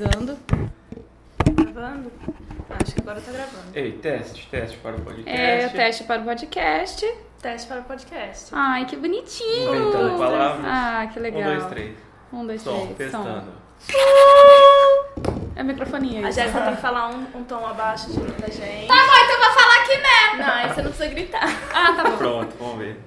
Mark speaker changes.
Speaker 1: Dando.
Speaker 2: Gravando? Acho que agora tá gravando.
Speaker 3: Ei, teste, teste para o podcast.
Speaker 1: É, o teste para o podcast.
Speaker 2: Teste para o podcast.
Speaker 1: Ai, que bonitinho.
Speaker 3: Inventando palavras.
Speaker 1: Ah, que legal.
Speaker 3: Um, dois, três.
Speaker 1: Um, dois,
Speaker 3: Som,
Speaker 1: três.
Speaker 3: testando.
Speaker 1: Som. É a microfonia.
Speaker 2: A
Speaker 1: isso.
Speaker 2: Jéssica tem que falar um, um tom abaixo de mim da gente.
Speaker 1: bom, então vou falar aqui mesmo.
Speaker 2: Não, aí você não precisa gritar.
Speaker 1: Ah, tá bom.
Speaker 3: Pronto, vamos ver.